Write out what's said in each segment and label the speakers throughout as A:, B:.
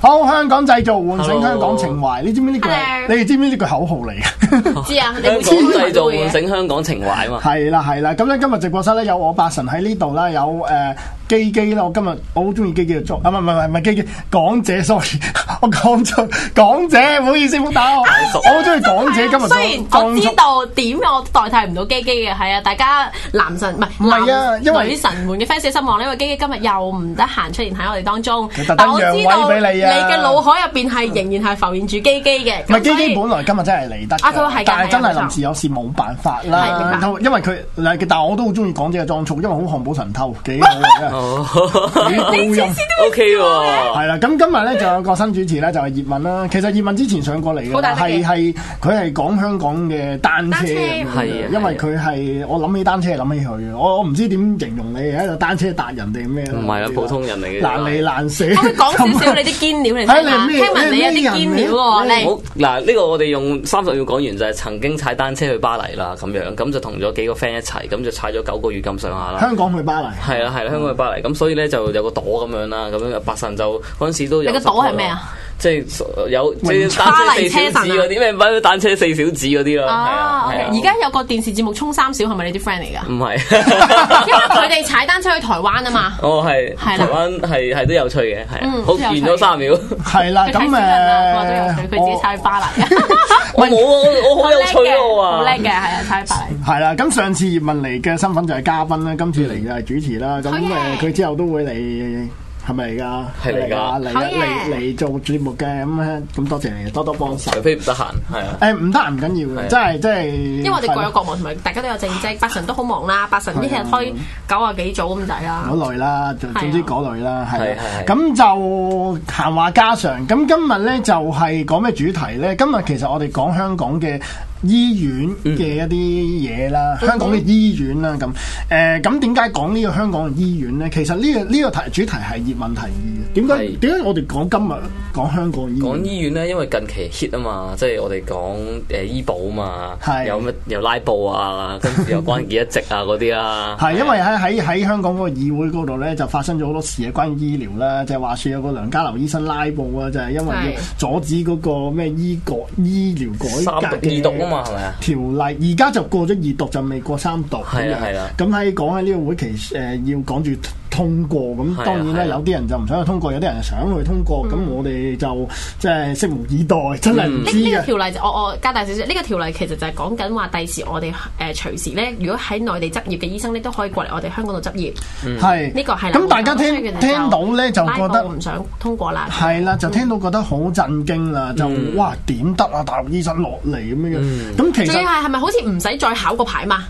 A: 好，香港製造喚醒香港情懷。你知唔知呢句係
B: Hello
A: 你哋知唔知呢句口號嚟嘅？
B: 知啊，
C: 香
B: 你
C: 港
B: 會知道
C: 製造
B: 會啊
C: 喚
B: 嘅
C: 醒香港情懷啊嘛。
A: 係啦係啦，咁咧今日直播室咧有我八神喺呢度啦，有誒基基啦，我今日我好中意基基嘅作，啊唔係唔係唔係基基，港姐 sorry，我 講錯港姐，唔好意思，唔好打我，我好中意港姐今日
B: 雖然
A: 裝
B: 我知道點我代替唔到基基嘅，係啊，大家男神唔
A: 唔
B: 係
A: 係啊
B: 男
A: 因為
B: 女神們嘅 fans 失望啦，因為基基今日又唔得閒出現喺我哋當中
A: 佢特登，
B: 但我
A: 讓
B: 知道
A: 位俾你啊
B: 嘅腦海入邊係仍然係浮現住基基嘅，
A: 唔係
B: 咁
A: 基
B: 所以
A: 基本來今日真係嚟得㗎，
B: 啊佢話係㗎
A: 但係真係
B: 係啊冇錯
A: 臨時有事冇辦法
B: 係明
A: 啦
B: 白。
A: 都因為佢，但係我都好中意港姐嘅裝束，因為好漢堡神偷，幾好啊！
C: 哦
A: 真係幾高音。啊
B: 啊
C: ，OK 喎。
A: 係啦，咁今日咧就有個新主持咧，就係葉問啦。其實葉問之前上過嚟嘅，
B: 好大得
A: 係
B: 意
A: 係佢係講香港嘅單車咁樣
C: 車
B: 單
A: 嘅
C: 係啊
A: 因為佢係我諗起單車係諗起佢嘅。我我唔知點形容你係一個單車達人定咩啦
C: 唔係啊
A: 知
C: 普通人嚟嘅啫
A: 難離難捨。啊
B: 可唔可以講少少你啲 堅料嚟聽下？
A: 係哎你係咩哎
B: 聽聞你有
A: 你係
B: 啲
A: 咩
B: 堅料喎，
A: 人嚟
B: 你
C: 好嗱，呢個我哋用三十秒講完就係曾經踩單車去巴黎啦，咁樣咁就同咗幾個 friend 一齊，咁就踩咗九個月咁上下啦。
A: 香港去巴 黎。
C: 係啦係啦，香港去
B: 嗯
C: 巴黎，咁所以咧就有個朵咁樣啦，咁樣八神就嗰陣時都有。
B: 你個朵係咩啊？
C: 即係有即係單
B: 巴
C: 車四
B: 黎
C: 小
B: 車神啊
C: 子嗰啲咩？唔係單車四小子嗰啲咯。係
B: 啊
C: 啊係啊
B: ，OK，而家有個電視節目《衝三小》係咪你啲 friend 嚟
C: 唔
B: 㗎？
C: 係。
B: 因為佢哋踩單車去台灣啊嘛。
C: 哦，係，
B: 係啦
C: 台灣係係都有趣嘅，係啊
B: 嗯
C: 好
B: 都有
C: 完
B: 趣
C: 咗三秒，
A: 係啦，
B: 佢
A: 咁
B: 睇小人啊，我都有佢，
A: 誒，
B: 佢自己踩去巴 黎。
C: 我冇啊，我我好有趣啊，我
B: 好叻
C: 話
B: 嘅，係啊，猜法嚟。
A: 係啦，咁上次葉問嚟嘅身份就係嘉賓啦，今次嚟嘅係主持啦，咁
B: 好
A: 誒
B: 嘢
A: 佢之後都會嚟。係咪嚟㗎？
C: 係嚟㗎
A: 嚟
B: 好
A: 嚟
B: 嘢
A: 嚟嚟做節目嘅咁誒咁多謝你，多多幫手。
C: 除非唔得閒，係啊。
A: 誒唔得唔緊要嘅，
C: 係
A: 真係真係。因
B: 因為我哋各有各忙，同埋大家都有正職，八神都好忙啦。八
A: 啊
B: 神一日開九啊幾組咁滯啦
A: 嗰。類啦，就
B: 係啊
A: 總之嗰類啦，係
C: 係
A: 啊
C: 係係
A: 咁就閒話家常。咁今日咧就係講咩主題咧？今日其實我哋講香港嘅醫院
C: 嗯
A: 嘅一啲嘢啦，香港嘅醫院啦咁。誒咁點解講呢個香港嘅醫院咧？其實呢個呢個題主題係葉問提議嘅。點解
C: 係
A: 點解我哋講今日講香港嘅醫
C: 講
A: 院？
C: 醫院咧，因為近期 hit 啊嘛，即係我哋講誒醫保啊嘛，
A: 係
C: 有乜又拉布啊，跟住又關鍵一直啊嗰啲啦。
A: 係，因為喺喺喺香港嗰個議會嗰度咧，就發生咗好多事嘅啊關於醫療啦，就係話説有個梁家騮醫生拉布啊，就係、因為
B: 係
A: 要阻止嗰個咩醫改醫療
C: 三
A: 改革
C: 讀
A: 嘅
C: 二讀啊嘛，係咪啊？
A: 條例，而家就過咗二讀，就未過三讀咁
C: 係
A: 樣
C: 啊係啊
A: 咁喺講喺呢個會期誒、呃要講住通過，
C: 係
A: 咁
C: 啊
A: 當然啦，
C: 係啊嗯
A: 有啲人就唔想去通過，有啲人想去通過，咁、我哋就即係拭目以待，真係唔
B: 呢
A: 知啊
B: 呢
A: 嘅。
B: 個條例就我我加大少少，呢個條例其實就係講緊話，第時我哋誒隨時咧，如果喺內地執業嘅醫生咧，都可以過嚟我哋香港度執業。
A: 係
B: 呢個係啦
A: 咁大家
B: 所以
A: 聽
B: 佢哋就
A: 聽到咧就
B: 拉
A: 覺
B: 布
A: 得。
B: 唔想通過啦。
A: 係啦，就
B: 嗯
A: 聽到覺得好震驚啦，就哇點得啊！大陸醫生落嚟咁樣樣，咁其
B: 仲要
A: 實嗯
B: 係係咪好似唔使再考個牌嘛？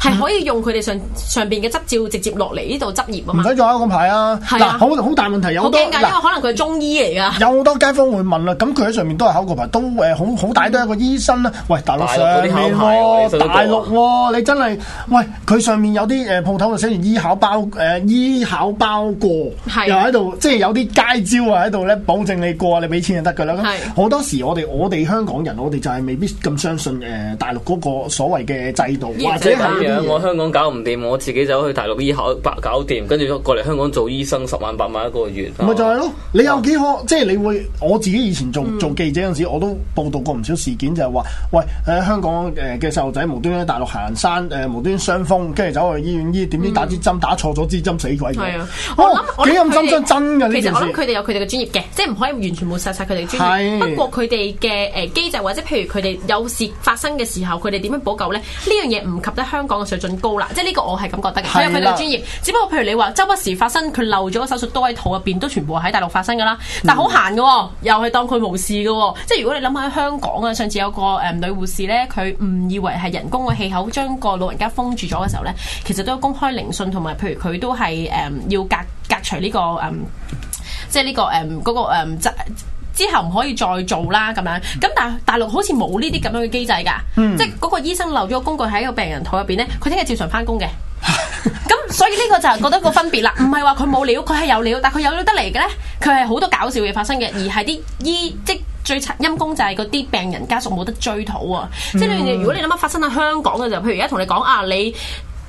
B: 係可以用佢哋上上邊嘅執照直接落嚟呢度執業
A: 唔
B: 啊嘛
A: 使。再考個牌啊！
B: 係
A: 嗱，
B: 啊
A: 好好大問題有
B: 好
A: 好多
B: 驚㗎，因為
A: 嗱。
B: 可能佢係中醫嚟 㗎。
A: 有好多街坊會問啦，咁佢喺上面都係考個牌，都誒好好大都係一個醫生啦。喂，大陸
C: 大陸
A: 上
C: 嗰
A: 面
C: 啲考牌喎你
A: 喎，
C: 識得
A: 大陸
C: 讀啊
A: 喎，你真係喂佢上面有啲誒呃鋪頭就寫住醫考包誒醫考包過，
B: 係
A: 又喺度即係有啲街招啊喺度咧，保證你過，你俾錢就得㗎啦。
B: 係
A: 咁好多時我哋我哋香港人，我哋就係未必咁相信誒大陸嗰個所謂嘅制度，
B: 醫療
A: 或
C: 即
A: 者
C: 係
A: 係
C: 咁
A: 呢
C: 樣，
A: 啲
C: 我
A: 嘢。
C: 香港搞唔掂，我自己走去大陸醫考白搞掂，跟住過嚟香港做醫生十萬八萬一個月。啊
B: 哦
A: 咪就係咯，你有幾可即係你會我自己以前
B: 嗯
A: 做做記者嗰陣時，我都報道過唔少事件，就係話喂喺香港誒嘅細路仔無端喺大陸行山誒無端傷風，跟住走去醫院醫，點知打支針打錯咗支針死鬼咗。
B: 嗯係啊，我
A: 哦
B: 諗我
A: 幾
B: 諗
A: 咁
B: 佢哋
A: 心傷真嘅呢
B: 其實
A: 件
B: 我諗佢
A: 事。
B: 哋有佢哋嘅專業嘅，即係唔可以完全抹殺晒佢哋嘅專業。
A: 係
B: 不過佢哋嘅誒機制或者譬如佢哋有事發生嘅時候，佢哋點樣補救咧？呢樣嘢唔及得香港港嘅水準高啦。即係呢個我係咁覺得嘅，因為佢
A: 係啦
B: 哋專業。只不過譬如你話周不時發生佢漏咗手術刀喺肚入邊，都全部喺大陸發生㗎啦。
A: 嗯
B: 但係好閒嘅喎，又係當佢無事嘅喎。即係如果你諗下喺香港啊，上次有個誒、呃女護士咧，佢誤以為係人工嘅氣口將個老人家封住咗嘅時候咧，其實都有公開聆訊，同埋譬如佢都係誒、呃要隔隔除呢、個誒。呃即係呢、個誒嗰、個誒質之後唔可以再做啦咁樣。咁但係大陸好似冇呢啲咁樣嘅機制㗎，即係嗰個醫生留咗個工具喺個病人肚入邊咧，佢聽日照常翻工嘅。咁所以呢個就係覺得個分別啦，唔係話佢冇料，佢係有料，但佢有料得嚟嘅咧，佢係好多搞笑嘢發生嘅，而係啲醫即。最慘陰公就係嗰啲病人家屬冇得追討啊！即係呢樣嘢，如果你諗下發生喺香港嘅就，譬如而家同你講啊，你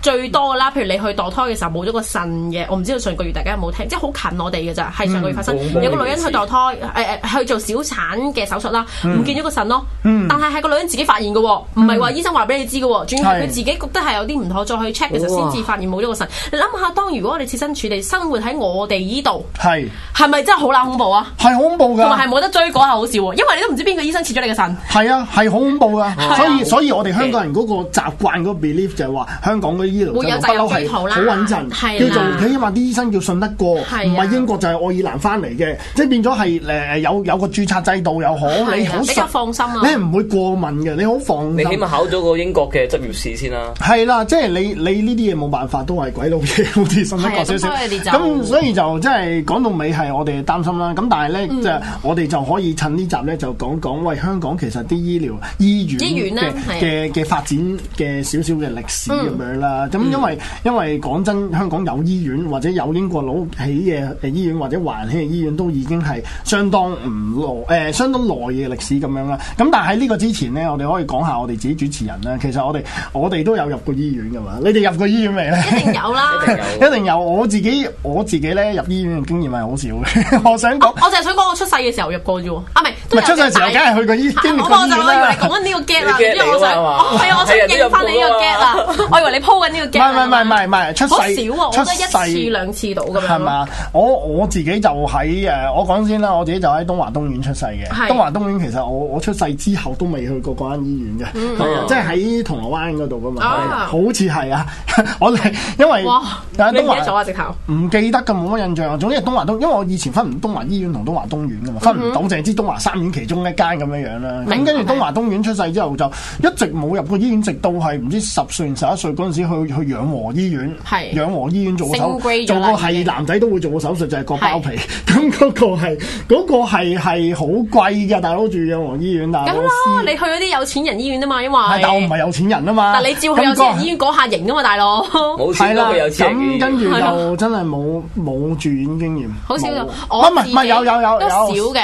B: 最多㗎啦，譬如你去墮胎嘅時候冇咗個腎嘅，我唔知道上個月大家有冇聽，即係好近我哋嘅咋，係上個月發生、
C: 嗯冇冇
B: 有個女人去
C: 呢件事
B: 墮胎，誒、誒去做小產嘅手術啦，唔、見咗個腎咯，但係係個女人自己發現嘅喎，唔係話醫生話俾你知嘅喎，仲要係佢
A: 係
B: 自己覺得係有啲唔妥，再去 check 嘅時候
C: 哇
B: 先至發現冇咗個腎。你諗下，當如果我哋設身處地生活喺我哋依度，
A: 係
B: 係咪真係好乸恐怖啊？
A: 係好恐怖㗎。
B: 同埋係冇得追嗰下好笑喎， 因為你都唔知邊個醫生切咗你嘅腎。
A: 係啊，係好恐怖噶，
B: 啊
A: 所以所以我哋香港人嗰個習慣嗰個 belief 就係話香港嗰啲醫療
B: 會有
A: 制度不嬲
B: 制
A: 係
B: 度
A: 好
B: 啦
A: 穩陣，
B: 係啦
A: 叫做起碼啲醫生叫信得過，唔
B: 係啊
A: 係英國就係愛爾蘭翻嚟嘅，即係變咗係誒誒有有個註冊制度又好，
B: 啊
A: 你好
B: 比較放心啊
A: 你唔會過敏嘅，你好放
C: 你起
A: 心
C: 碼。考咗個英國嘅執業試先啦。
A: 係啦，即係你你呢啲嘢冇辦法，都係鬼佬 嘢，好似信得過少少。
B: 係啊咁所以你就
A: 咁所以就即係講到尾係我哋擔心啦。咁但係咧，
B: 嗯
A: 即係我哋就可以趁呢集咧就講講，喂香港其實啲醫療醫院
B: 醫院啦係啊
A: 嘅嘅嘅發展嘅少少嘅歷史
B: 嗯
A: 咁樣啦。咁因為因為講真，香港有醫院或者有英國佬起嘅誒醫院或者華人起嘅醫院，都已經係相當唔耐誒相當耐嘅歷史咁樣啦。咁但係喺呢個之前呢，我哋可以講下我哋自己主持人啦。其實我哋我哋都有入過醫院噶嘛。你哋入過醫院未呢？
B: 一定有啦。
C: 一定有
A: 一定有我自己，我自己咧入醫院嘅經驗係好少嘅。 我想
B: 我
A: 講，
B: 我就係想講我出世嘅時候入過啫喎，啊唔係都
A: 咪
B: 有
A: 出世時候梗係去過醫
B: 啊
A: 經歷
B: 我
A: 過
B: 我
A: 醫
B: 就
A: 院
B: 我以為
A: 啦
B: 你。講緊呢個 get 啦，
C: 你 get
B: 因為我想，
C: 嚟㗎嘛
B: 哦係啊，我想
C: 係人都啊
B: 應翻你呢個
C: 入
B: get
C: 過
B: 啦，我以為你鋪緊呢個
A: 唔係
B: get
A: 唔
B: 啊。
A: 係唔係唔係，出世
B: 好少啊，我覺得一
A: 出世
B: 次兩次到咁
A: 係
B: 樣咯。
A: 嘛？我我自己就喺誒，我講先啦，我自己就喺東華東院出世嘅。
B: 係
A: 東華東院其實我我出世之後都未去過嗰間醫院嘅，係啊即係喺銅鑼灣嗰度噶嘛，係
B: 嗯啊
A: 好似係啊。 我哋因為
B: 哇！
A: 但
B: 你
A: 係
B: 唔
A: 東
B: 記得咗
A: 華
B: 啊，直頭。
A: 唔記得㗎，冇乜印象。總之係東華東，因為我以前分唔東華醫院同東華東院㗎嘛，分唔到，淨係知東華三院其中一間咁樣樣啦。咁
B: 嗯明白
A: 跟住東華東院出世之後，就一直冇入過醫院，直到係唔知十歲定十一歲嗰陣時去去養和醫院，
B: 係
A: 養和醫院做個手
B: 升 grade
A: 做
B: 咗
A: 個
B: 啦已
A: 係
B: 經
A: 男仔都會做個手術，就係割包皮。 咁嗰個係嗰個係係好貴㗎，大佬住養和醫院，大佬
B: 咁啦，你去嗰啲有錢人醫院啊嘛，因為
A: 但係我唔係有錢人啊嘛。
B: 但你照去有
A: 咁嗰
B: 錢人醫院嗰下型啊嘛，大佬。
C: 冇
A: 係
C: 錢都
A: 啦，
C: 佢有錢人嘅
A: 咁跟住
B: 係
A: 就
B: 咯
A: 真係冇冇住院經驗，
B: 好少
A: 冇
B: 就
A: 啊
B: 我
A: 唔係唔係有有有
B: 都
A: 有
B: 少嘅。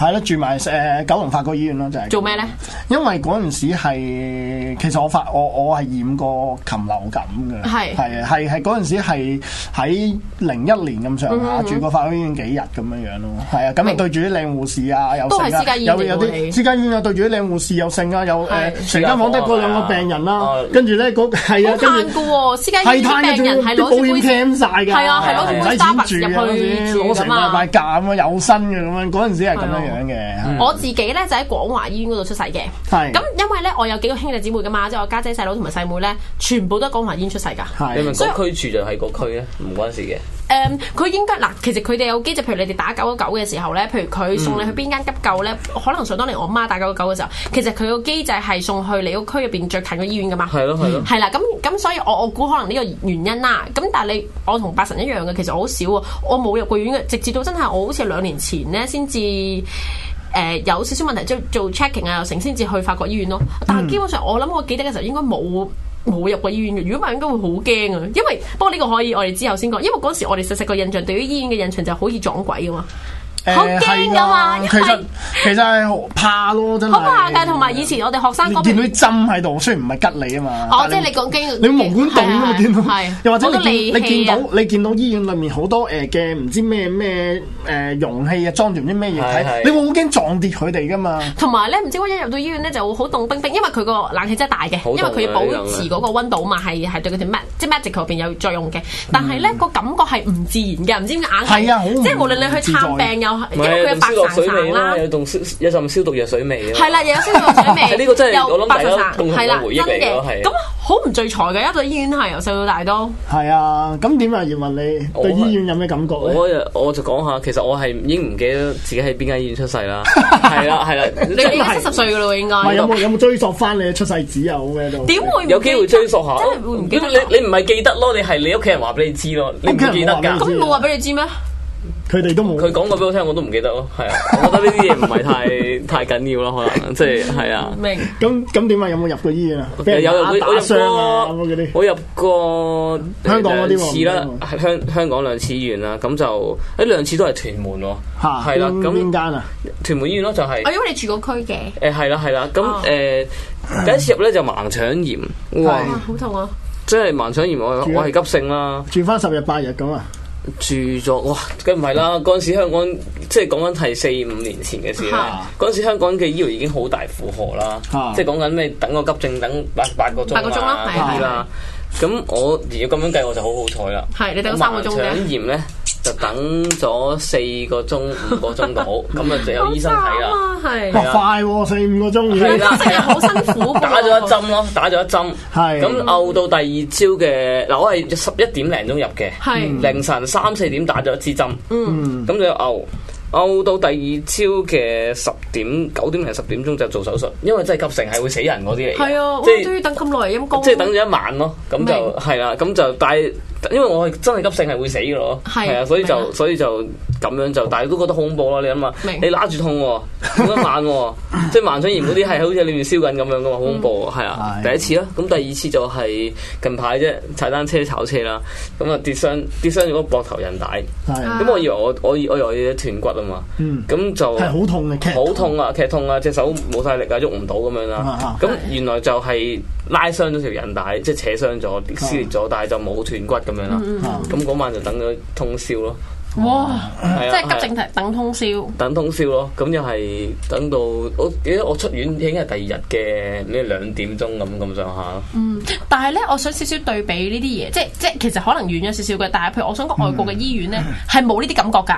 A: 係啦，住埋誒九龍法國醫院咯，就係
B: 做咩咧？
A: 因為嗰陣時係其實我發我我係染過禽流感嘅，
B: 係
A: 係係係嗰陣時係喺零一年咁
B: 嗯
A: 上下住過法國醫院幾日咁樣樣咯，係啊，咁啊
B: 明
A: 對住啲靚護士啊，有
B: 都係
A: 剩啊
B: 私家醫院
A: 有有
B: 嚟喎
A: 啲
B: 你
A: 私家醫院啊，對住啲靚護士有剩啊，有誒成
C: 私家
A: 間房得
C: 房
A: 嗰
C: 啊
A: 兩個病人啦
C: 啊，
A: 跟住咧嗰係
B: 好
A: 啊，跟
B: 嘆
A: 住
B: 噶。喎，私家醫
A: 係
B: 院啲
A: 攤嘅，
B: 病人係
A: 仲
B: 攞
A: 要啲保
B: 住
A: 險
B: 杯
A: cam 晒㗎，
B: 係啊係攞
A: 唔
B: 住
A: 使
B: 杯
A: 錢
B: Starbucks
A: 住啊
B: 入
A: 嗰
B: 去
A: 啲
B: 住啊
A: 攞成
B: 㗎嘛啊
A: 塊假咁樣有薪嘅咁樣，嗰陣時係咁樣樣嘅，
B: 我自己咧就喺廣華醫院嗰度出世嘅，
A: 係
B: 咁因為咧我有幾個兄弟姊妹噶嘛，即係我家姐、細佬同埋細妹咧，全部都喺廣華醫院出世㗎。
C: 你
A: 係
C: 咪
B: 所以
C: 講區住就係個區咧，唔關事嘅。
B: 誒，嗯佢、應該嗱，其實佢哋有機制，譬如你哋打九九九嘅時候咧，譬如佢送你去邊間急救咧，可能想當年我媽打九九九嘅時候，其實佢個機制係送去你個區入邊最近嘅醫院噶嘛。
C: 係咯係咯
B: 係啦，咁咁所以我我估可能呢個原因啦。咁但係你我同八神一樣嘅，其實我好少啊，我冇入過院嘅，直至到真係我好似兩年前咧先至。誒、有少少問題，即係做 checking 啊，又成先至去法國醫院咯。但
A: 嗯
B: 係基本上我諗我記得嘅時候應該冇冇入過醫院嘅，如果唔係應該會好驚啊。因為不過呢個可以我哋之後先講，因為嗰時我哋細細個印象對於醫院嘅印象就好似撞鬼噶嘛，好
A: 誒
B: 驚
A: 係
B: 㗎嘛
A: 啊，其
B: 因
A: 實
B: 為
A: 其實係好怕咯，真係。
B: 好怕㗎。同埋以前我哋學生
A: 你
B: 嗰
A: 見到
B: 邊
A: 啲針喺度，雖然唔係吉你啊嘛。
B: 哦，即
A: 但
B: 係你講經，
A: 你毛管戙啊嘛，見到
B: 係，
A: 又或者
B: 好多
A: 你
B: 利
A: 見你見
B: 器啊
A: 到你見到醫院裏面好多誒嘅唔知咩咩誒容器啊，裝住唔知咩液
C: 係係
A: 體，你會好驚撞跌佢哋㗎嘛。
B: 同埋咧，唔知點解一入到醫院咧就會好凍冰冰，因為佢個冷氣真係大嘅
C: 好，凍
B: 因為佢要保
C: 啊呢樣
B: 持嗰個温度嘛，係係對佢哋 mag 即係 magic 嗰
C: 嗯
B: 邊有作用嘅。但係咧個感覺係唔自然嘅，唔知點解硬係
A: 係啊好唔
B: 即係無論你去探病又又係
C: 唔
B: 因為
C: 係
B: 佢又
C: 仲
B: 白
C: 消毒
B: 潺
C: 水
B: 潺
C: 味
B: 啦
C: 啊嘛，。有棟消有陣消毒藥水味啊嘛。
B: 係啦，又有消毒水味，
C: 呢個 真係
B: 又
C: 我諗
B: 白
C: 大
B: 曬
C: 家
B: 曬
C: 共同嘅
B: 係啦，
C: 回憶嚟咯
B: 真嘅
C: 係
B: 咁好唔聚財嘅，一到醫院係由細到大都
A: 係啊，咁點啊？葉問你
C: 我
A: 對
C: 係
A: 醫院有咩感覺咧？
C: 我又我就講下，其實我係已經唔記得自己喺邊間醫院出世 啦，係啦係啦，
B: 你
C: 真
B: 已經七十歲噶啦喎，應
A: 唔係有
B: 該
A: 冇有冇追溯翻你嘅出世紙啊？好咩都
B: 點會唔記得
C: 有機會追溯下，
B: 真係會唔記得
C: 咁你你唔係記得咯，你係你屋企人話俾你知咯，你唔啊
A: 屋企人
C: 記得
A: 話俾你
C: 㗎
A: 知。
B: 咁冇話俾你知咩？
A: 佢哋都冇。
C: 佢講過俾我聽，我都唔記得咯，係啊，我覺得呢啲嘢唔係太 太緊要咯，可能即係係啊。
B: 明
A: 咁咁點啊？有冇入過醫院啊？俾人
C: 有有
A: 打
C: 我我
A: 打
C: 入
A: 傷啊咁嗰
C: 過
A: 啲。
C: 我入過
A: 香港嗰啲喎
C: 兩次啦
A: 唔，
C: 香香港兩次醫院啦，咁就誒兩次都係屯門喎，
A: 嚇
C: 係啦，
A: 邊邊
C: 咁
A: 間啊？
C: 屯門醫院咯就係
B: 我。因為你住個區嘅，
C: 誒係啦係啦，咁誒、
B: 哦
C: 第一次入咧就盲腸炎，哇！
B: 哇，好痛啊！
C: 即係盲腸炎，我
B: 啊
A: 住咗
C: 我係急性啦，
A: 住翻十日八日咁啊？
C: 住咗哇，梗唔係啦，
B: 嗯
C: 嗰陣時香港即係講緊係四五年前嘅事啦，嗰陣時香港嘅醫療已經好大負荷啦
A: 啊，
C: 即係講緊你等個急症等八八個鐘
B: 八個鐘啦
C: 啊
B: 係
C: 嗰啲啦，咁我如果咁樣計我就好好彩啦，
B: 係你等咗
C: 我
B: 三個鐘
C: 盲腸
B: 啫，
C: 炎咧就等咗四個鐘五個鐘到，咁啊就有醫生睇啦。
B: 好慘啊！係
A: 哇！
C: 係啊
A: 快喎，四五個鐘已
C: 係
A: 經。
C: 啦
B: 真係好辛苦㗎喎
C: 打咗一針咯，打咗一針。
A: 係
C: 咁漚到第二朝嘅嗱，我係十一點零鐘入嘅，
B: 係
C: 凌晨三四點打咗一支針，
A: 嗯
C: 咁就漚。漚到第二朝嘅十點九點零十點鐘就做手術，因為真係急性係會死人嗰啲嚟嘅。
B: 係啊，哇
C: 即
B: 都要
C: 係
B: 等咁耐陰公，
C: 即係等咗一晚咯，咁
B: 明
C: 就係啦，咁就但係因為我係真係急性係會死嘅咯，
B: 係
C: 係啊，所以
B: 明啊
C: 就所以就咁樣就，但係都覺得好恐怖咯，你諗下
B: 明，
C: 你揦住痛喎，痛一晚 喎，即係盲腸炎嗰啲係好似你面燒緊咁樣噶嘛，好恐怖啊，
B: 嗯
C: 係啊，第
A: 係
C: 一次啦，咁第二次就係近排啫，踩單車炒車啦，咁啊跌傷跌傷咗個膊頭韌帶，
A: 係
B: 啊
C: 咁我以為我我以我以為我斷骨啊嘛
A: 嗯，
C: 咁就
A: 係好痛嘅，劇
C: 好痛啊，劇痛啊，隻手冇晒力啊，喐唔到咁樣啦
A: 啊。
C: 咁原來就係拉傷咗條韌帶，即係扯傷
A: 啊
C: 咗、撕裂咗，但係就冇斷骨咁樣啦。
B: 嗯
C: 咁嗰晚就等咗通宵咯，
B: 哇！
C: 係
B: 即
C: 啊，
B: 係急
C: 係啊
B: 症等通宵，
C: 等通宵咯。咁又係等到我記得我出院已經係第二日嘅咩兩點鐘咁咁上下咯。
B: 但係咧，我想少少對比呢啲嘢，即係即係其實可能遠咗少少嘅，但係譬如我想講外國嘅醫院咧，
A: 嗯
B: 係冇呢啲感覺㗎，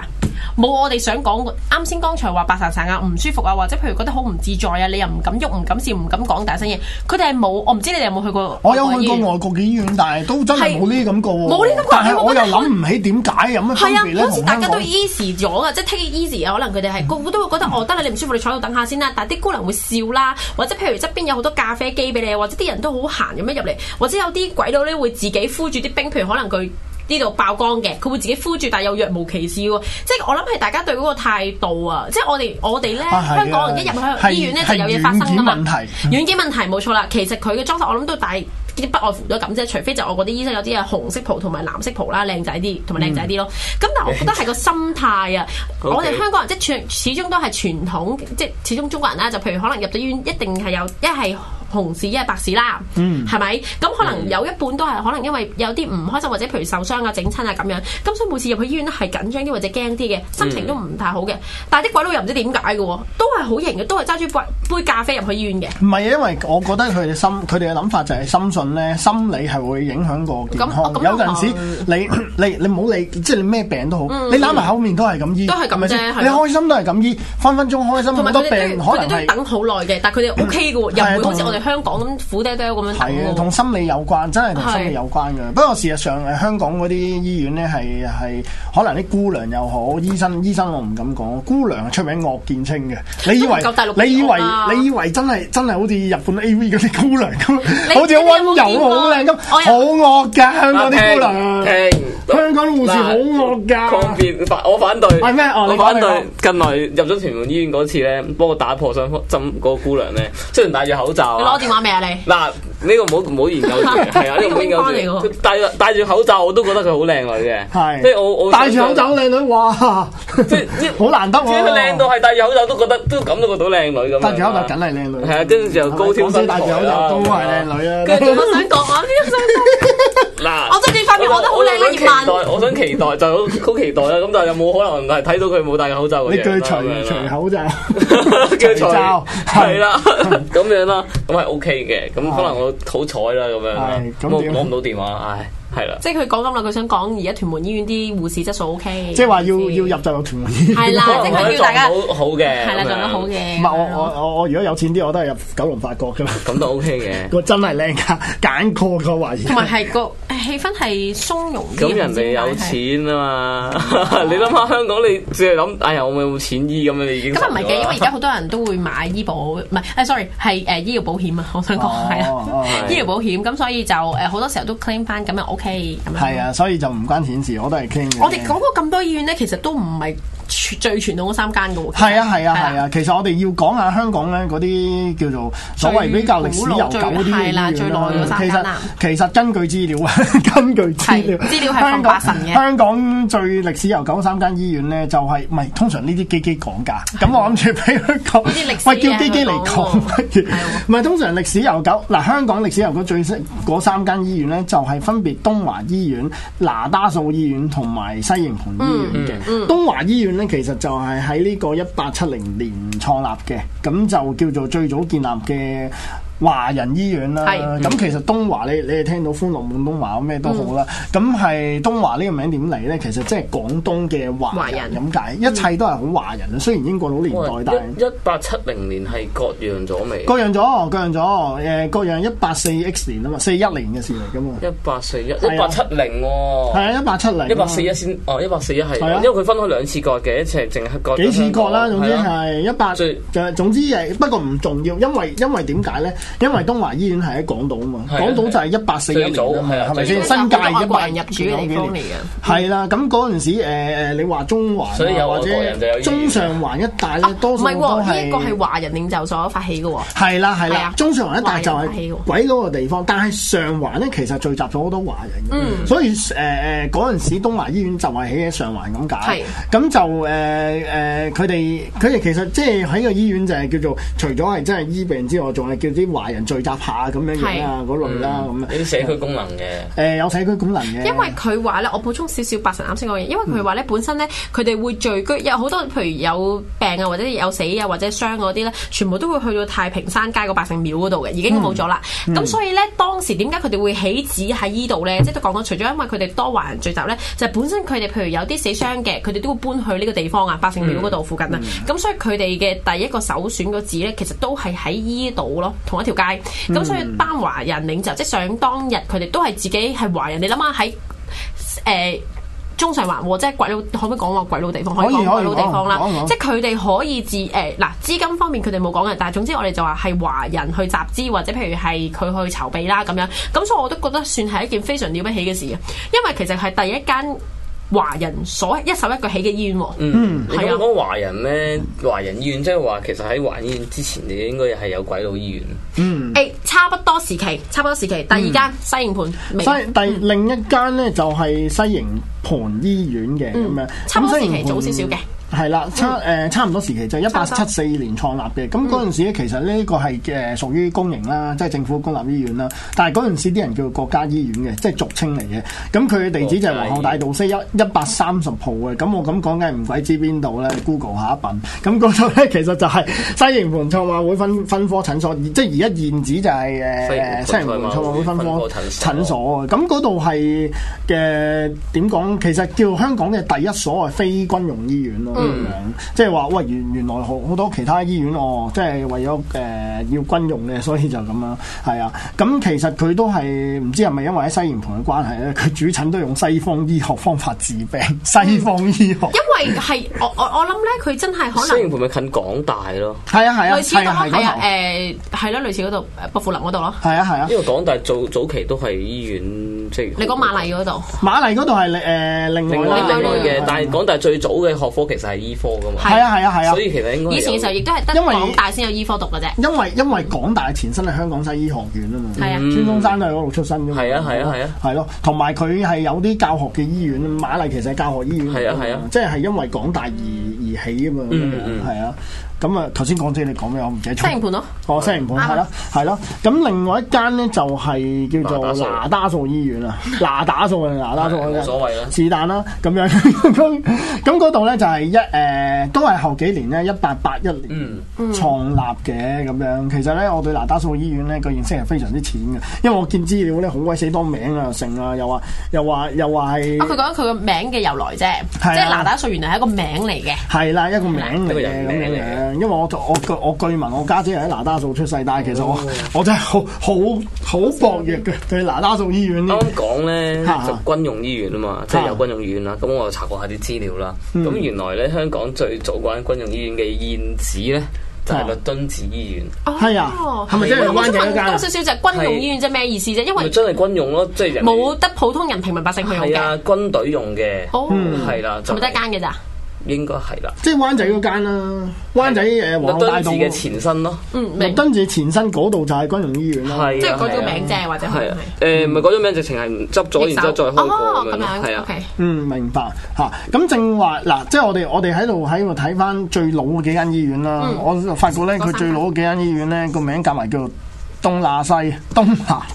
B: 冇我哋想講嗰啱先剛才話白潺潺啊，唔舒服啊，或者譬如覺得好唔自在啊，你又唔敢喐、唔敢笑、唔敢講大聲嘢，佢哋係冇，我唔知你哋有冇去過
A: 我
B: 外
A: 有
B: 國醫
A: 去
B: 院？
A: 過外國嘅醫院，但係都真係冇呢啲感覺喎。
B: 係冇呢啲感覺
A: 但係
B: 我
A: 我
B: 覺
A: 又
B: 得
A: 諗唔起點解有乜分
B: 係啊
A: 別，咧？
B: 嗰陣時
A: 同
B: 大家
A: 香
B: 都
A: 港嗯
B: easy 咗啊，即係 take it easy 啊，可能佢哋係個個都會覺得哦，得啦，你唔舒服，你坐喺度等下先啦。但係啲姑娘會笑啦，或者譬如側邊有好多咖啡機俾你，或者啲人都好閒咁樣入嚟，或者有啲鬼佬咧會自己敷住啲冰，譬如可能佢。呢度爆光嘅，佢會自己敷住，但係又若無其事喎。即係我諗係大家對嗰個態度啊，即係我哋我哋咧，
A: 啊係啊
B: 香港人一入
A: 係
B: 去醫院咧就有嘢發生㗎嘛。
A: 係軟件問題
B: 軟件問題冇錯啦，其實佢嘅裝修我諗都大啲不外乎都咁啫，除非就我嗰啲醫生有啲係紅色袍同埋藍色袍啦，靚仔啲同埋靚仔啲咯。咁但係我覺得係個心態啊，我哋香港人即係始終都係傳統，即係始終中國人啦，就譬如可能入咗醫院一定係有一係。紅事一係白事啦，係咪、咁可能有一半都係可能因為有啲唔開心或者譬如受傷啊、整親啊咁樣，咁所以每次入去醫院咧係緊張啲或者驚啲嘅，心情都唔太好嘅。但係啲鬼佬又唔知點解嘅喎，都係好型嘅，都係揸住杯杯咖啡入去醫院嘅。
A: 唔係啊，因為我覺得佢哋心佢哋嘅諗法就係深信咧，心理係會影響個健康。
B: 咁咁
A: 有陣時你你你唔好理，即係你咩病都好，你攬埋口面都係咁醫，
B: 嗯都係咁啫
A: 係咪先
B: 係啊
A: 你開心都係咁醫，分分鐘開心
B: 同
A: 好
B: 埋佢
A: 多
B: 哋
A: 病
B: 都要
A: 可
B: 佢
A: 能
B: 哋都要
A: 係。
B: 等好耐嘅，但係佢哋 O K 嘅喎，
A: 係
B: 又唔會好似
A: 同
B: 我哋香港咁苦爹爹咁樣
A: 係啊，
B: 等
A: 同
B: 喎。
A: 心理有關，真係同心理有關嘅。不過事實上，誒香港嗰啲醫院咧係係可能啲姑娘又好，醫生醫生我唔敢講，姑娘係出名惡見稱嘅。你以
B: 都唔夠大陸
A: 為你以
B: 惡
A: 為
B: 啊
A: 你以為真係真係好似日本 A V 嗰啲姑娘咁，
B: 你
A: 好似好温
B: 你有冇見
A: 柔
B: 過
A: 好靚咁，
B: 我有
A: 好惡㗎香港啲姑
C: 啊
A: 娘。
C: 聽聽
A: 香港護士好惡㗎
C: 嗱抗辯反我反對。
A: 係咩哦你
C: 我反
A: 講
C: 對近來入咗屯門醫院嗰次咧，幫我打破傷風針嗰個姑娘咧，雖然戴住口罩
B: 你
C: 啊
B: 攞電話未啊你？
C: 嗱，呢個唔好唔好研究住， 係啊，呢個唔好研
B: 呢個
C: 究
B: 好關嚟
C: 住。戴住戴住口罩，我都覺得佢好靚女嘅。即係我
A: 係
C: 我
A: 戴住口罩，靚女，哇！
C: 即係即係
A: 好難得喎
C: 即係佢靚到係戴住口罩都覺得都感覺到靚女咁樣。
A: 戴住口罩梗係靚女，
C: 係啊，跟住就高挑
A: 講真
C: 身
A: 戴
C: 材啊
A: 住
C: 啦
A: 口罩都係靚女啊。
C: 跟住
B: 我 想講，我邊想講？
C: 嗱，
B: 我最近塊面我覺得好靚
C: 我就
B: 啦葉
C: 我
B: 問
C: 想期待，我想期待就好好期待啦。咁但係有冇可能係睇到佢冇戴口 罩嘅
A: 你
C: 樣
A: 鋸
C: 啦
A: 除
C: 咁樣啦
A: 除口罩，
C: 叫除
A: 罩
C: 係啦， 咁樣啦，咁係 OK 嘅，咁可能我好彩啦咁樣啦
A: 係，咁
C: 咁我
A: 點
C: 攞唔到電話，唉，係啦。
B: 即係佢講咁耐，佢想講而家屯門醫院啲護士質素 O K，
A: 即係話要要入就入屯門醫院。
B: 係啦，啊即係佢叫大家
C: 好好嘅，
B: 係啦，
C: 咁樣
B: 做得好，嘅。
A: 唔係我我我我如果有錢啲，我都係入九龍法國㗎嘛。
C: 咁都 OK 嘅。
A: 個真係靚㗎，揀過個懷疑。
B: 同埋係個氣氛係鬆容啲。
C: 咁人哋有
B: 唔知點解係
C: 錢啊嘛， 你諗下香港你只係諗，哎呀我冇錢醫咁樣，你已經
B: 咁啊唔係嘅，因為而
C: 家
B: 家好多人都會買醫保，唔係誒，sorry，係誒醫療保險啊，我想講係
A: 哦哦
B: 啊，醫療保險咁，所以就誒好多時候都 claim 翻咁樣 OK 咁樣。
A: 係啊，所以就唔關錢事，我都係傾嘅。
B: 我哋講過咁多醫院咧，其實都唔係全最傳統嗰三間嘅喎。
A: 係啊係啊係
B: 啊。
A: 啊，其實我哋要講下香港咧嗰啲叫做所謂比較歷史悠久啲嘅醫
B: 最係
A: 院
B: 啦最耐嗰三
A: 其
B: 間
A: 實
B: 啦
A: 其實根據資料啊， 根據資料，
B: 啊係資料係
A: 香港
B: 放八神嘅
A: 香港最歷史悠久嗰三間醫院咧，就係唔係通常呢啲基基講㗎？咁我諗住俾佢講，
B: 啲歷史
A: 喂叫
B: 嘢
A: 基基嚟講
B: 香港
A: 不如
B: 係喎
A: 唔係通常歷史悠久嗱，香港歷史悠久最識嗰三間醫院咧，就係分別東華醫院、那打素醫院同埋西營盤醫
B: 嗯
A: 院嘅。東華醫院咧，其實就係喺呢個一八七零年創立嘅，咁就叫做最早建立嘅。華人醫院啦，
B: 係嗯
A: 咁其實東華你你哋聽到歡樂滿東華咩都好啦，
B: 嗯
A: 咁係、東華呢個名點嚟咧？其實即係廣東嘅華
B: 華
A: 人
B: 人
A: 咁解，一切都係好華人啦。啊雖然英國佬年代，但係
C: 一八七零年係割讓咗未？
A: 各樣咗，各樣咗，誒各樣一八四 X 年啊嘛，四一年嘅事嚟噶嘛，
C: 一八四一，
A: 係啊
C: 一八七零
A: 係
C: 喎。
A: 啊，一八七零，
C: 一八四一先，哦，一八四一係，
A: 係啊
C: 因為佢分開兩次割嘅，一次係淨係割
A: 幾次割啦，
C: 香
A: 總
C: 港
A: 之
C: 係啊
A: 係一八，
C: 最
A: 就總之誒，不過唔重要，因為因為點解咧？因為東華醫院係喺港島啊嘛，
C: 係啊
A: 港島就係一八四一
C: 最
A: 年
C: 早
A: 啊嘛，
C: 係啊
A: 係咪先？
C: 最
B: 早
A: 新界
B: 有好
A: 一
B: 多
A: 八
B: 外國人入主嘅地方啊嚟嘅
A: 係啦，咁嗰陣時誒誒，你話中環啊
C: 所以有
A: 或
C: 外國人就
A: 者
C: 有醫院
A: 中上環一帶咧，多
B: 啊唔
A: 數都
B: 係喎，呢一個
A: 係
B: 係。華人領袖所發起嘅喎。
A: 係啦係
B: 係
A: 啦
B: 啊，
A: 中上環一帶就
B: 華人起
A: 係
B: 喎
A: 鬼佬嘅地方，但係上環咧其實聚集咗好多華人嘅，
B: 嗯
A: 所以誒誒嗰陣時東華醫院就係起喺上環咁解，咁就誒誒佢哋佢哋其實即係喺個醫院就係叫做除咗係真係醫病之外，仲係叫啲華人聚集下咁樣樣啊嗰類啦咁
C: 嗯
A: 樣
C: 呢啲社區功能嘅。
A: 誒有社區功能嘅，
B: 因為佢話咧，我補充少少八神啱先講嘅嘢，因為佢話咧本身咧，佢哋會聚居有好多，譬如有病啊，或者有死啊，或者傷嗰啲咧，全部都會去到太平山街個百姓廟嗰度嘅，已經冇咗啦。咁、所以咧，當時點解佢哋會起址喺依度咧？即係都講咗，除咗因為佢哋多華人聚集咧，就係本身佢哋譬如有啲死傷嘅，佢哋都會搬去呢個地方啊，百姓廟嗰度附近啊。咁、所以佢哋嘅第一個首選個址咧，其實都係喺依度咯，同一條街。咁、所以班華人領袖，即係想當日佢哋都係自己係華人，你諗下喺。誒、呃中上環喎，即係鬼佬，可唔可以講話鬼佬地方？
A: 可以
B: 以講
A: 可以
B: 鬼佬地方啦
A: 講講講，
B: 即係佢哋可以自誒嗱、資金方面佢哋冇講嘅，但係總之我哋就話係華人去集資或者譬如係佢去籌備啦咁樣，咁所以我都覺得算係一件非常了不起嘅事嘅，因為其實係第一間華人所一手一腳起嘅醫院喎。
C: 嗯，你
B: 係啊
C: 咁講華人咧，華人醫院即係話其實喺華人醫院之前，你應該係有鬼佬醫院。
B: 誒、差不多時期，差不多時期，第二間、
A: 嗯
B: 西營盤，明
A: 西第另一間咧就係西營盤醫院嘅咁樣，
B: 嗯差唔多時
A: 咁西
B: 期
A: 營盤
B: 早少少嘅。嗯
A: 係啦，差誒、呃差唔多時期就一八七
B: 差唔多嗯
A: 四年創立嘅，咁嗰陣時咧其實呢個係誒屬於公營啦，即係政府公立醫院啦，但係嗰陣時啲人叫國家醫院嘅，即係俗稱嚟嘅。咁佢嘅地址就係皇后大道西一一百三十號嘅，咁我咁講梗係唔鬼知邊度咧，Google 下一笨。咁嗰度咧其實就 係西營盤賽馬會分分科診所，即係而家現址就係誒誒西
C: 西營
A: 營
C: 盤
A: 盤賽馬會分
C: 賽馬
A: 科
C: 會分科
A: 診
C: 診
A: 所
C: 所。
A: 哦，咁嗰度係嘅點講？其實叫香港嘅第一所謂非軍用醫院咯，咁樣、即係話喂，原原來好好多其他醫院哦，即係為咗誒、呃要軍用嘅，所以就咁啦，係啊。咁其實佢都係唔知係咪因為喺西營盤嘅關係咧，佢主診都用西方醫學方法治病，西方醫學
B: 因為係我我我諗咧，佢真係可
C: 西
B: 能
C: 營盤咪近港大咯，
A: 係啊係啊
B: 類似嗰
A: 係啊
B: 個
A: 係嗰
B: 係啊
A: 頭，
B: 誒係咯，類似嗰度誒薄扶林嗰度咯。
A: 係啊係啊。
C: 因為港大早早期都係醫院，即係
B: 你講馬麗嗰度，
A: 馬麗嗰度係誒另
C: 另
A: 外
C: 外
A: 啦
C: 另外嘅
A: 係啊，
C: 但係港大最早嘅學科其實係醫科噶嘛，
A: 係啊係啊係啊
C: 所。以其實應該係有
B: 以前嘅時候亦都係得
A: 因為
B: 港大先有醫科讀嘅啫。
A: 因為因為港大前身係香港西醫學院啊嘛，
B: 係啊
A: 孫中山都係嗰度出身㗎嘛，
C: 嗯係啊係啊係啊，
A: 係咯，同埋佢係有啲教學嘅醫院，馬麗其實係教學醫院，
C: 係啊係啊
A: 即係係因為港大而而起啊嘛，
C: 嗯嗯
A: 係啊，咁啊，頭先講者你講咩？我唔記得咗。
B: 西營盤咯，
A: 哦，西營盤
B: 啱啊
A: 係啦，係啦。咁另外一間咧就係叫做
C: 拿
A: 拿打素醫院 啊，拿打素啊，拿打素
C: 係冇所謂啦
A: 是但啦，咁樣 咁嗰度咧就係一誒，都係後幾年咧，一八八一
C: 嗯
A: 年
B: 嗯
A: 創立嘅咁樣。其實咧，我對拿打素醫院咧個認識係非常之淺嘅，因為我見資料咧好鬼死多名啊，成啊，又話又話又話
B: 啊佢
A: 係。
B: 講佢個名嘅由來啫，即
A: 嗯係啊
B: 係拿打素原來係一個名嚟嘅。
A: 係啦，一個名嚟
C: 一個
A: 嘅
C: 人
A: 咁
C: 名
A: 樣
C: 嚟
A: 樣，因為我我據我據聞我家姐係喺拿打素出世，但係其實
C: 哦
A: 我我真係好好好薄弱嘅對拿打素醫院呢
C: 啱。啱講咧
A: 嗯嚇
C: 就軍用醫院啊嘛，即係有軍用醫院啦。咁我就查過下啲資料啦。
A: 嗯
C: 咁原來咧香港最早嗰間軍用醫院嘅現址咧就係律敦治醫院，
A: 係啊
B: 哦
A: 係咪真係
B: 喂我
A: 灣
B: 想
A: 仔嗰
B: 問
A: 間啊
B: 多少少就係軍用醫院啫，咩意思啫？因
C: 咪
B: 為
C: 真係軍用咯，即係人哋
B: 冇得普通人平民百姓去用
C: 係
B: 嘅。
C: 啊軍隊用嘅，
B: 哦，
A: 嗯
C: 係啦，就
B: 咪得一間嘅咋？
C: 應該係啦。
A: 即係灣仔嗰間啦，灣仔誒
C: 律
A: 黃大
C: 敦治
A: 道
C: 嘅前身咯，
B: 嗯，
A: 律
B: 明。
A: 敦治前身嗰度就係軍容醫 院啦。
C: 係
B: 嗯
C: 啊
B: 即係
C: 係
B: 改咗名啫或者可
C: 係
B: 能
C: 啊誒唔係改咗名，直情係唔執咗，然之後再開過
B: 哦，
C: 咁
B: 咁
C: 樣，
B: 樣
C: 係啊
B: o。k
A: 嗯，明白嚇。咁、正話嗱，即係我哋我哋喺度喺度睇翻最老嘅幾間醫院啦。
C: 嗯
A: 我就發覺咧，佢最老嘅幾間醫院咧個名夾埋叫做東亞西、東華、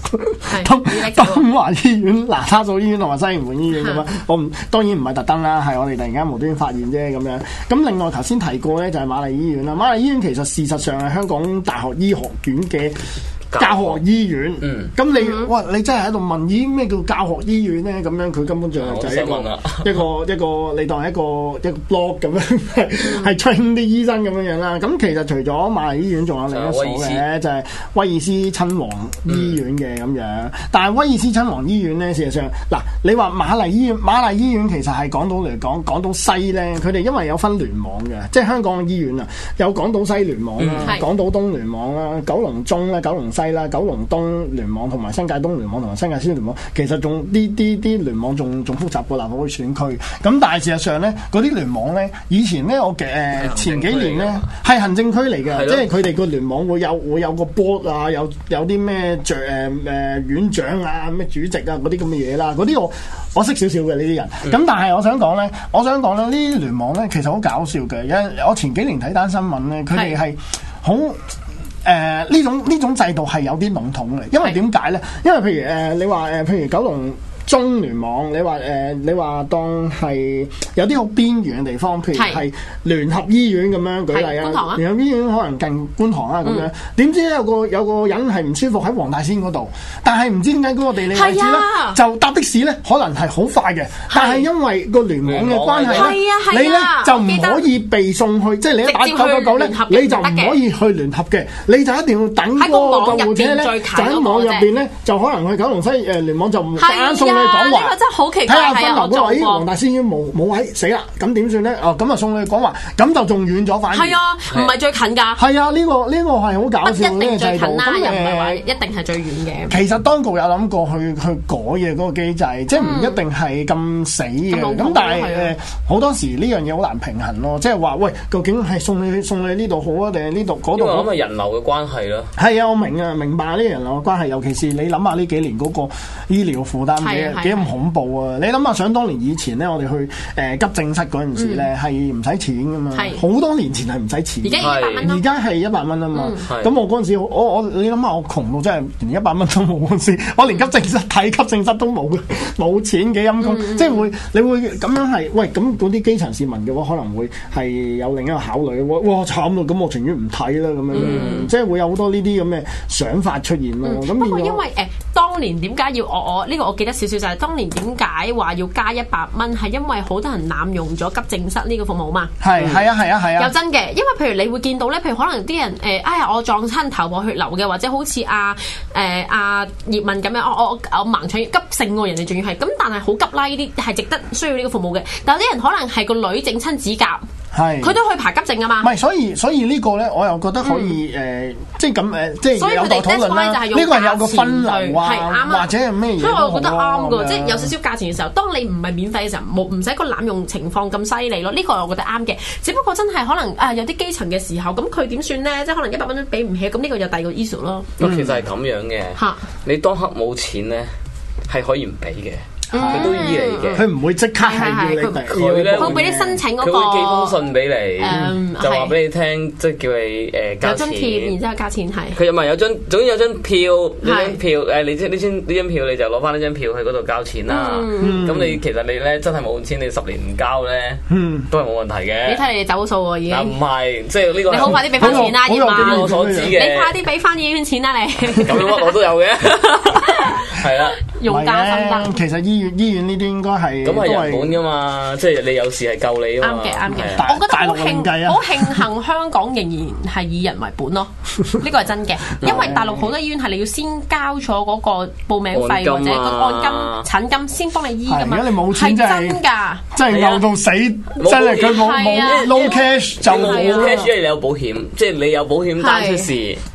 B: 係
A: 東
B: 你叻咗喎
A: 東華醫院、 嗱沙素醫院同埋西營盤醫院咁樣。我唔當然唔係特登啦，係我哋突然間無端端發現啫咁樣。咁另外頭先提過咧就係瑪麗醫院啦，瑪麗醫院其實事實上係香港大學醫學院嘅。教學醫院，咁、
C: 嗯
A: 你哇，你真係喺度問咦咩叫教學醫院咧？咁樣佢根本就
C: 我
A: 就
C: 都
A: 係
C: 想
A: 一個
C: 問啦
A: 一個一個你當係一個一個 blog 咁樣，係 train 啲醫生咁樣樣啦。咁其實除咗瑪麗醫院，仲有另一所
C: 就係
B: 嗯
C: 威
A: 嘅，就係威爾斯親王醫院嘅咁樣。但係威爾斯親王醫院咧，事實上嗱，你話瑪麗醫院，瑪麗醫院其實係港島嚟講，港島西咧，佢哋因為有分聯網嘅，即係香港嘅醫院啊，有港島西聯網啦
B: 嗯，係
A: 港島東聯網啦，九龍中啦，九龍西啦，九龍東聯網同埋新界東聯網同埋新界西聯網，其實仲啲啲啲聯網仲仲複雜過立法會選區。咁但係事實上咧，嗰啲聯網咧，以前咧我嘅
B: 嗯
A: 誒前幾年咧係行政區嚟嘅，
C: 係
A: 即
C: 咯
A: 係佢哋個聯網會有會有個 board 啊，有有啲咩著誒誒院長啊、咩主席啊嗰啲咁嘅嘢啦，嗰啲我我識少少嘅呢啲人。咁、但係我想講咧，我想講咧，呢啲聯網咧其實好搞笑嘅，因為我前幾年睇單新聞咧，佢哋係好。誒呢、種呢種制度係有啲籠統嘅，因為點解咧？因為譬如誒、呃你話誒、呃譬如九龍中聯網，你話誒、呃你話當係有啲好邊緣嘅地方，譬如
B: 係
A: 係聯合醫院咁樣舉例
B: 係觀塘
A: 啊
B: 啊，嗯
A: 聯合醫院可能近觀塘啊咁樣。點知有個有個人係唔舒服喺黃大仙嗰度，但係唔知點解嗰個地理位置咧
B: 係啊，
A: 就搭的士咧可能係好快嘅，但係因為個聯網嘅關係
C: 係啊
A: 咧，
B: 係
A: 你
B: 啊
A: 咧就唔
B: 我記得
A: 可以被送去，即係你一打
B: 直
A: 九
B: 接
A: 九
B: 去
A: 九咧
B: 聯合，嘅
A: 你就唔可以去聯合嘅，你就一定要等嗰
B: 喺個
A: 個
B: 網
A: 救
B: 入
A: 護車
B: 邊
A: 咧，
B: 最
A: 就
B: 近嗰個啫
A: 喺網入邊咧就可能去九龍西誒聯網就唔
B: 係
A: 夾硬送你去
B: 啊
A: 廣華
B: 呢個真係好奇怪
A: 睇下分
B: 係啊
A: 流
B: 我
A: 嗰
B: 做
A: 個咦
B: 過
A: 黃大仙已經冇冇位死啦，咁點算咧？哦咁啊送你去廣華，咁就仲遠咗反而。
B: 係啊，唔係最近㗎，
A: 係啊，呢、個呢、個係好
B: 不
A: 搞
B: 一
A: 笑呢個
B: 定
A: 制
B: 最
A: 度。
B: 近啦，
A: 咁
B: 又唔係話
A: 誒
B: 一定係最遠嘅。
A: 其實當局有諗過去去改嘅嗰個機制，即係唔一定係咁死嘅。
B: 咁老土
A: 咁、
B: 咯
A: 但係
B: 係啊
A: 誒好多時呢樣嘢好難平衡咯，即係話喂，究竟係送你送你呢度好啊，定係呢度嗰
C: 因
A: 度
C: 為
A: 好
C: 我諗係人流嘅關係啦，
A: 係啊，我明啊，明白呢個人流嘅關係，尤其是你諗下呢幾年嗰個醫療負擔
B: 係啊係
A: 幾
B: 啊
A: 幾咁恐怖啊！你諗下，想當年以前咧，我哋去誒、呃急症室嗰陣時咧，係唔使錢噶嘛，
B: 嗯係
A: 好多年前係唔使錢
B: 而
A: 㗎。
B: 家二百蚊
A: 而
B: 咯，
A: 家係一百蚊啊嘛，
C: 嗯
A: 咁我嗰陣時，我我你諗下，我窮到真係連一百蚊都冇嗰陣時， 我連急症室睇急症室都冇嘅， 冇錢嘅陰公，即係會你會咁樣係，喂咁嗰啲基層市民嘅話，可能會係有另一個考慮，哇哇慘咯，咁我情願唔睇啦咁樣，即係會有好多呢啲咁嘅想法出現咯。咁、
B: 嗯不過
A: 變咗
B: 因為誒、當年點解要我我呢、個我記得少少就係、當年點解話要加一百蚊，係因為好多人濫用咗急症室呢個服務嘛。
A: 係係啊係啊係
B: 有
A: 啊，
B: 真嘅，因為譬如你會見到咧，譬如可能啲人誒、呃哎呀，我撞親頭破血流嘅，或者好似阿誒阿葉問咁樣，我我我盲腸炎急性喎，人哋仲要係咁，但係好急啦，呢啲係值得需要呢個服務嘅。但有啲人可能係個女整親指甲，
A: 係
B: 佢都去排急症啊嘛
A: 唔。係，所以所以呢個咧，我又覺得可以誒，即係咁誒，即
B: 嗯所
A: 係
B: 以
A: 有
B: 佢
A: 待
B: 哋
A: 討論
B: that's why
A: 啦。
B: 就係用
A: 呢個係有個
B: 價錢
A: 分
B: 去
A: 流
B: 係啱
A: 啊，
B: 啊
A: 或者係咩嘢都
B: 所以
A: 好啊？
B: 我覺得啱
A: 咁
B: 嘅，
A: 樣
B: 即係有少少價錢嘅時候，當你唔係免費嘅時候，冇唔使個濫用情況咁犀利咯。呢、個我覺得啱嘅，只不過真係可能啊有啲基層嘅時候，咁佢點算咧？即係可能一百蚊都俾唔起，咁呢個有第二個
C: 嗯
B: issue 咯。
C: 咁其實係咁樣嘅
B: 嚇。
C: 你當刻冇錢咧，係可以唔俾嘅。佢都醫你嘅。
A: 嗯佢唔會即刻係要你
B: 嗯係係
A: 第
B: 佢
A: 要你
C: 佢咧
B: 佢
A: 報
B: 會俾你申請嗰
C: 佢
B: 個
C: 會寄封信俾
B: 嗯
C: 你，就話
B: 係
C: 俾你聽，即係叫你誒
B: 有
C: 交
B: 津
C: 錢。
B: 貼，然之後價錢係。
C: 佢又唔係有張，總之有張票，呢
B: 係
C: 張票誒，你即呢張呢張票你就攞翻呢張票去嗰度交錢啦。
B: 嗯
C: 咁你其實你咧真係冇錢，你十年唔交咧，都係冇問題
B: 你
C: 嘅。
B: 睇你哋走數喎已
C: 嗱
B: 經
C: 唔。係，即係呢個係
B: 你好快啲俾翻錢
A: 嗯
B: 啦，啊
A: 好
B: 葉
A: 有好有
C: 據
B: 萬。
C: 我所知
B: 你
C: 嘅，
B: 快啲俾翻醫院錢啦，你。
C: 咁樣屈我都有嘅，係啦。
B: 用家心
A: 唔係
B: 得
A: 嘅。其實醫院醫院呢啲應該係
C: 咁
A: 都
C: 係人本噶嘛，即係你有事係救你啊
B: 啱
C: 嘛。
B: 嘅，啱嘅。
C: 係啊
A: 大
B: 我覺得
A: 大
B: 好
A: 陸另計
B: 慶，
A: 啊
B: 好慶幸香港仍然係以人為本 咯。呢個係真嘅，因為大陸好多醫院係你要先交咗嗰個報名費或
C: 按金
B: 者
C: 啊
B: 個按金、診金先幫你醫㗎嘛。
A: 係如果你冇錢真係
B: 真㗎。
A: 真係嬲到死，真係佢冇
B: 係啊
A: 冇 no cash 就
C: 就冇
B: 係啊
C: cash，因為你有保險，即係你有保險單出事，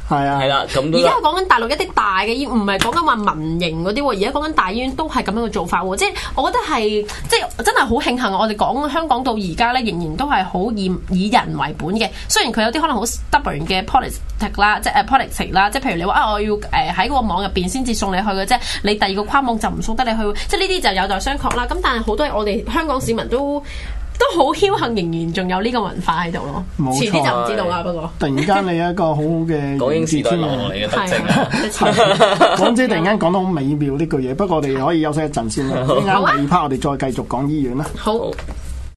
A: 係啊
C: 係啦，咁都
B: 而
C: 得
B: 家係講緊大陸一啲大嘅醫院，唔係講緊話民營嗰啲喎。而家講緊大醫院都係咁樣嘅做法喎。即係我覺得係，即係真係好慶幸。啊我哋講香港到而家咧，仍然都係好以以人為本嘅。雖然佢有啲可能好 stubborn 嘅 politics 啦，即係誒 politics 啦，即係譬如你話啊，我要誒喺個網入邊先至送你去嘅啫，你第二個跨網就唔送得你去，即係呢啲就有待商榷啦。咁但係好多我哋香港市民都都好僥幸，仍然仲有呢個文化喺度咯。
A: 冇錯
B: 遲啲就唔知道啦，不過。
A: 突然間你有一個好好嘅
C: 港英時代
A: 天
C: 留
A: 啊
C: 落嚟嘅特
B: 係
C: 徵 啊。
B: 啊，
A: 港姐突然間講得好美妙呢句嘢，不過我哋可以休息一陣先啦。啱
B: 好啊
A: 第二 part 我哋再繼續講醫院啦。
B: 好。
C: 好